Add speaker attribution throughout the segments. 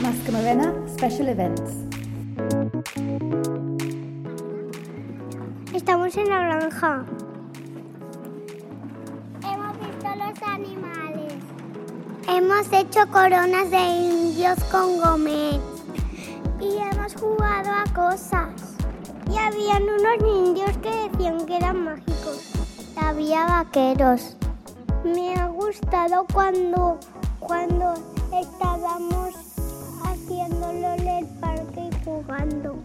Speaker 1: Mascamarena Special Events.
Speaker 2: Estamos en la granja. Hemos visto los animales. Hemos hecho coronas de indios con gomet. Y hemos jugado a cosas. Y habían unos indios que decían que eran mágicos. Había vaqueros. Me ha gustado cuando, cuando estábamos haciéndolo en el parque y jugando.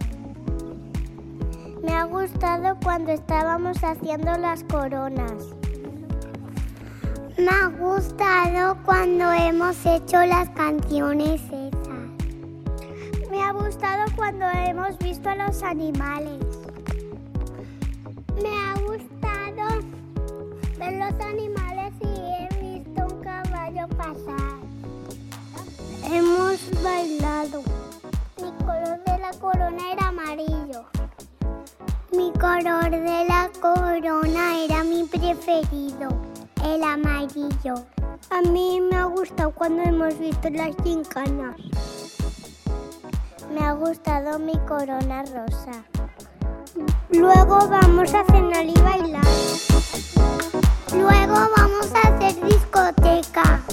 Speaker 2: Me ha gustado cuando estábamos haciendo las coronas. Me ha gustado cuando hemos hecho las canciones esas. Me ha gustado cuando hemos visto a los animales. Me ha gustado ver los animales y he visto un caballo pasar. Hemos bailado. Mi color de la corona era amarillo. Mi color de la corona era mi preferido, el amarillo. A mí me ha gustado cuando hemos visto las gincanas. Me ha gustado mi corona rosa. Luego vamos a cenar y bailar. Luego vamos a hacer discoteca.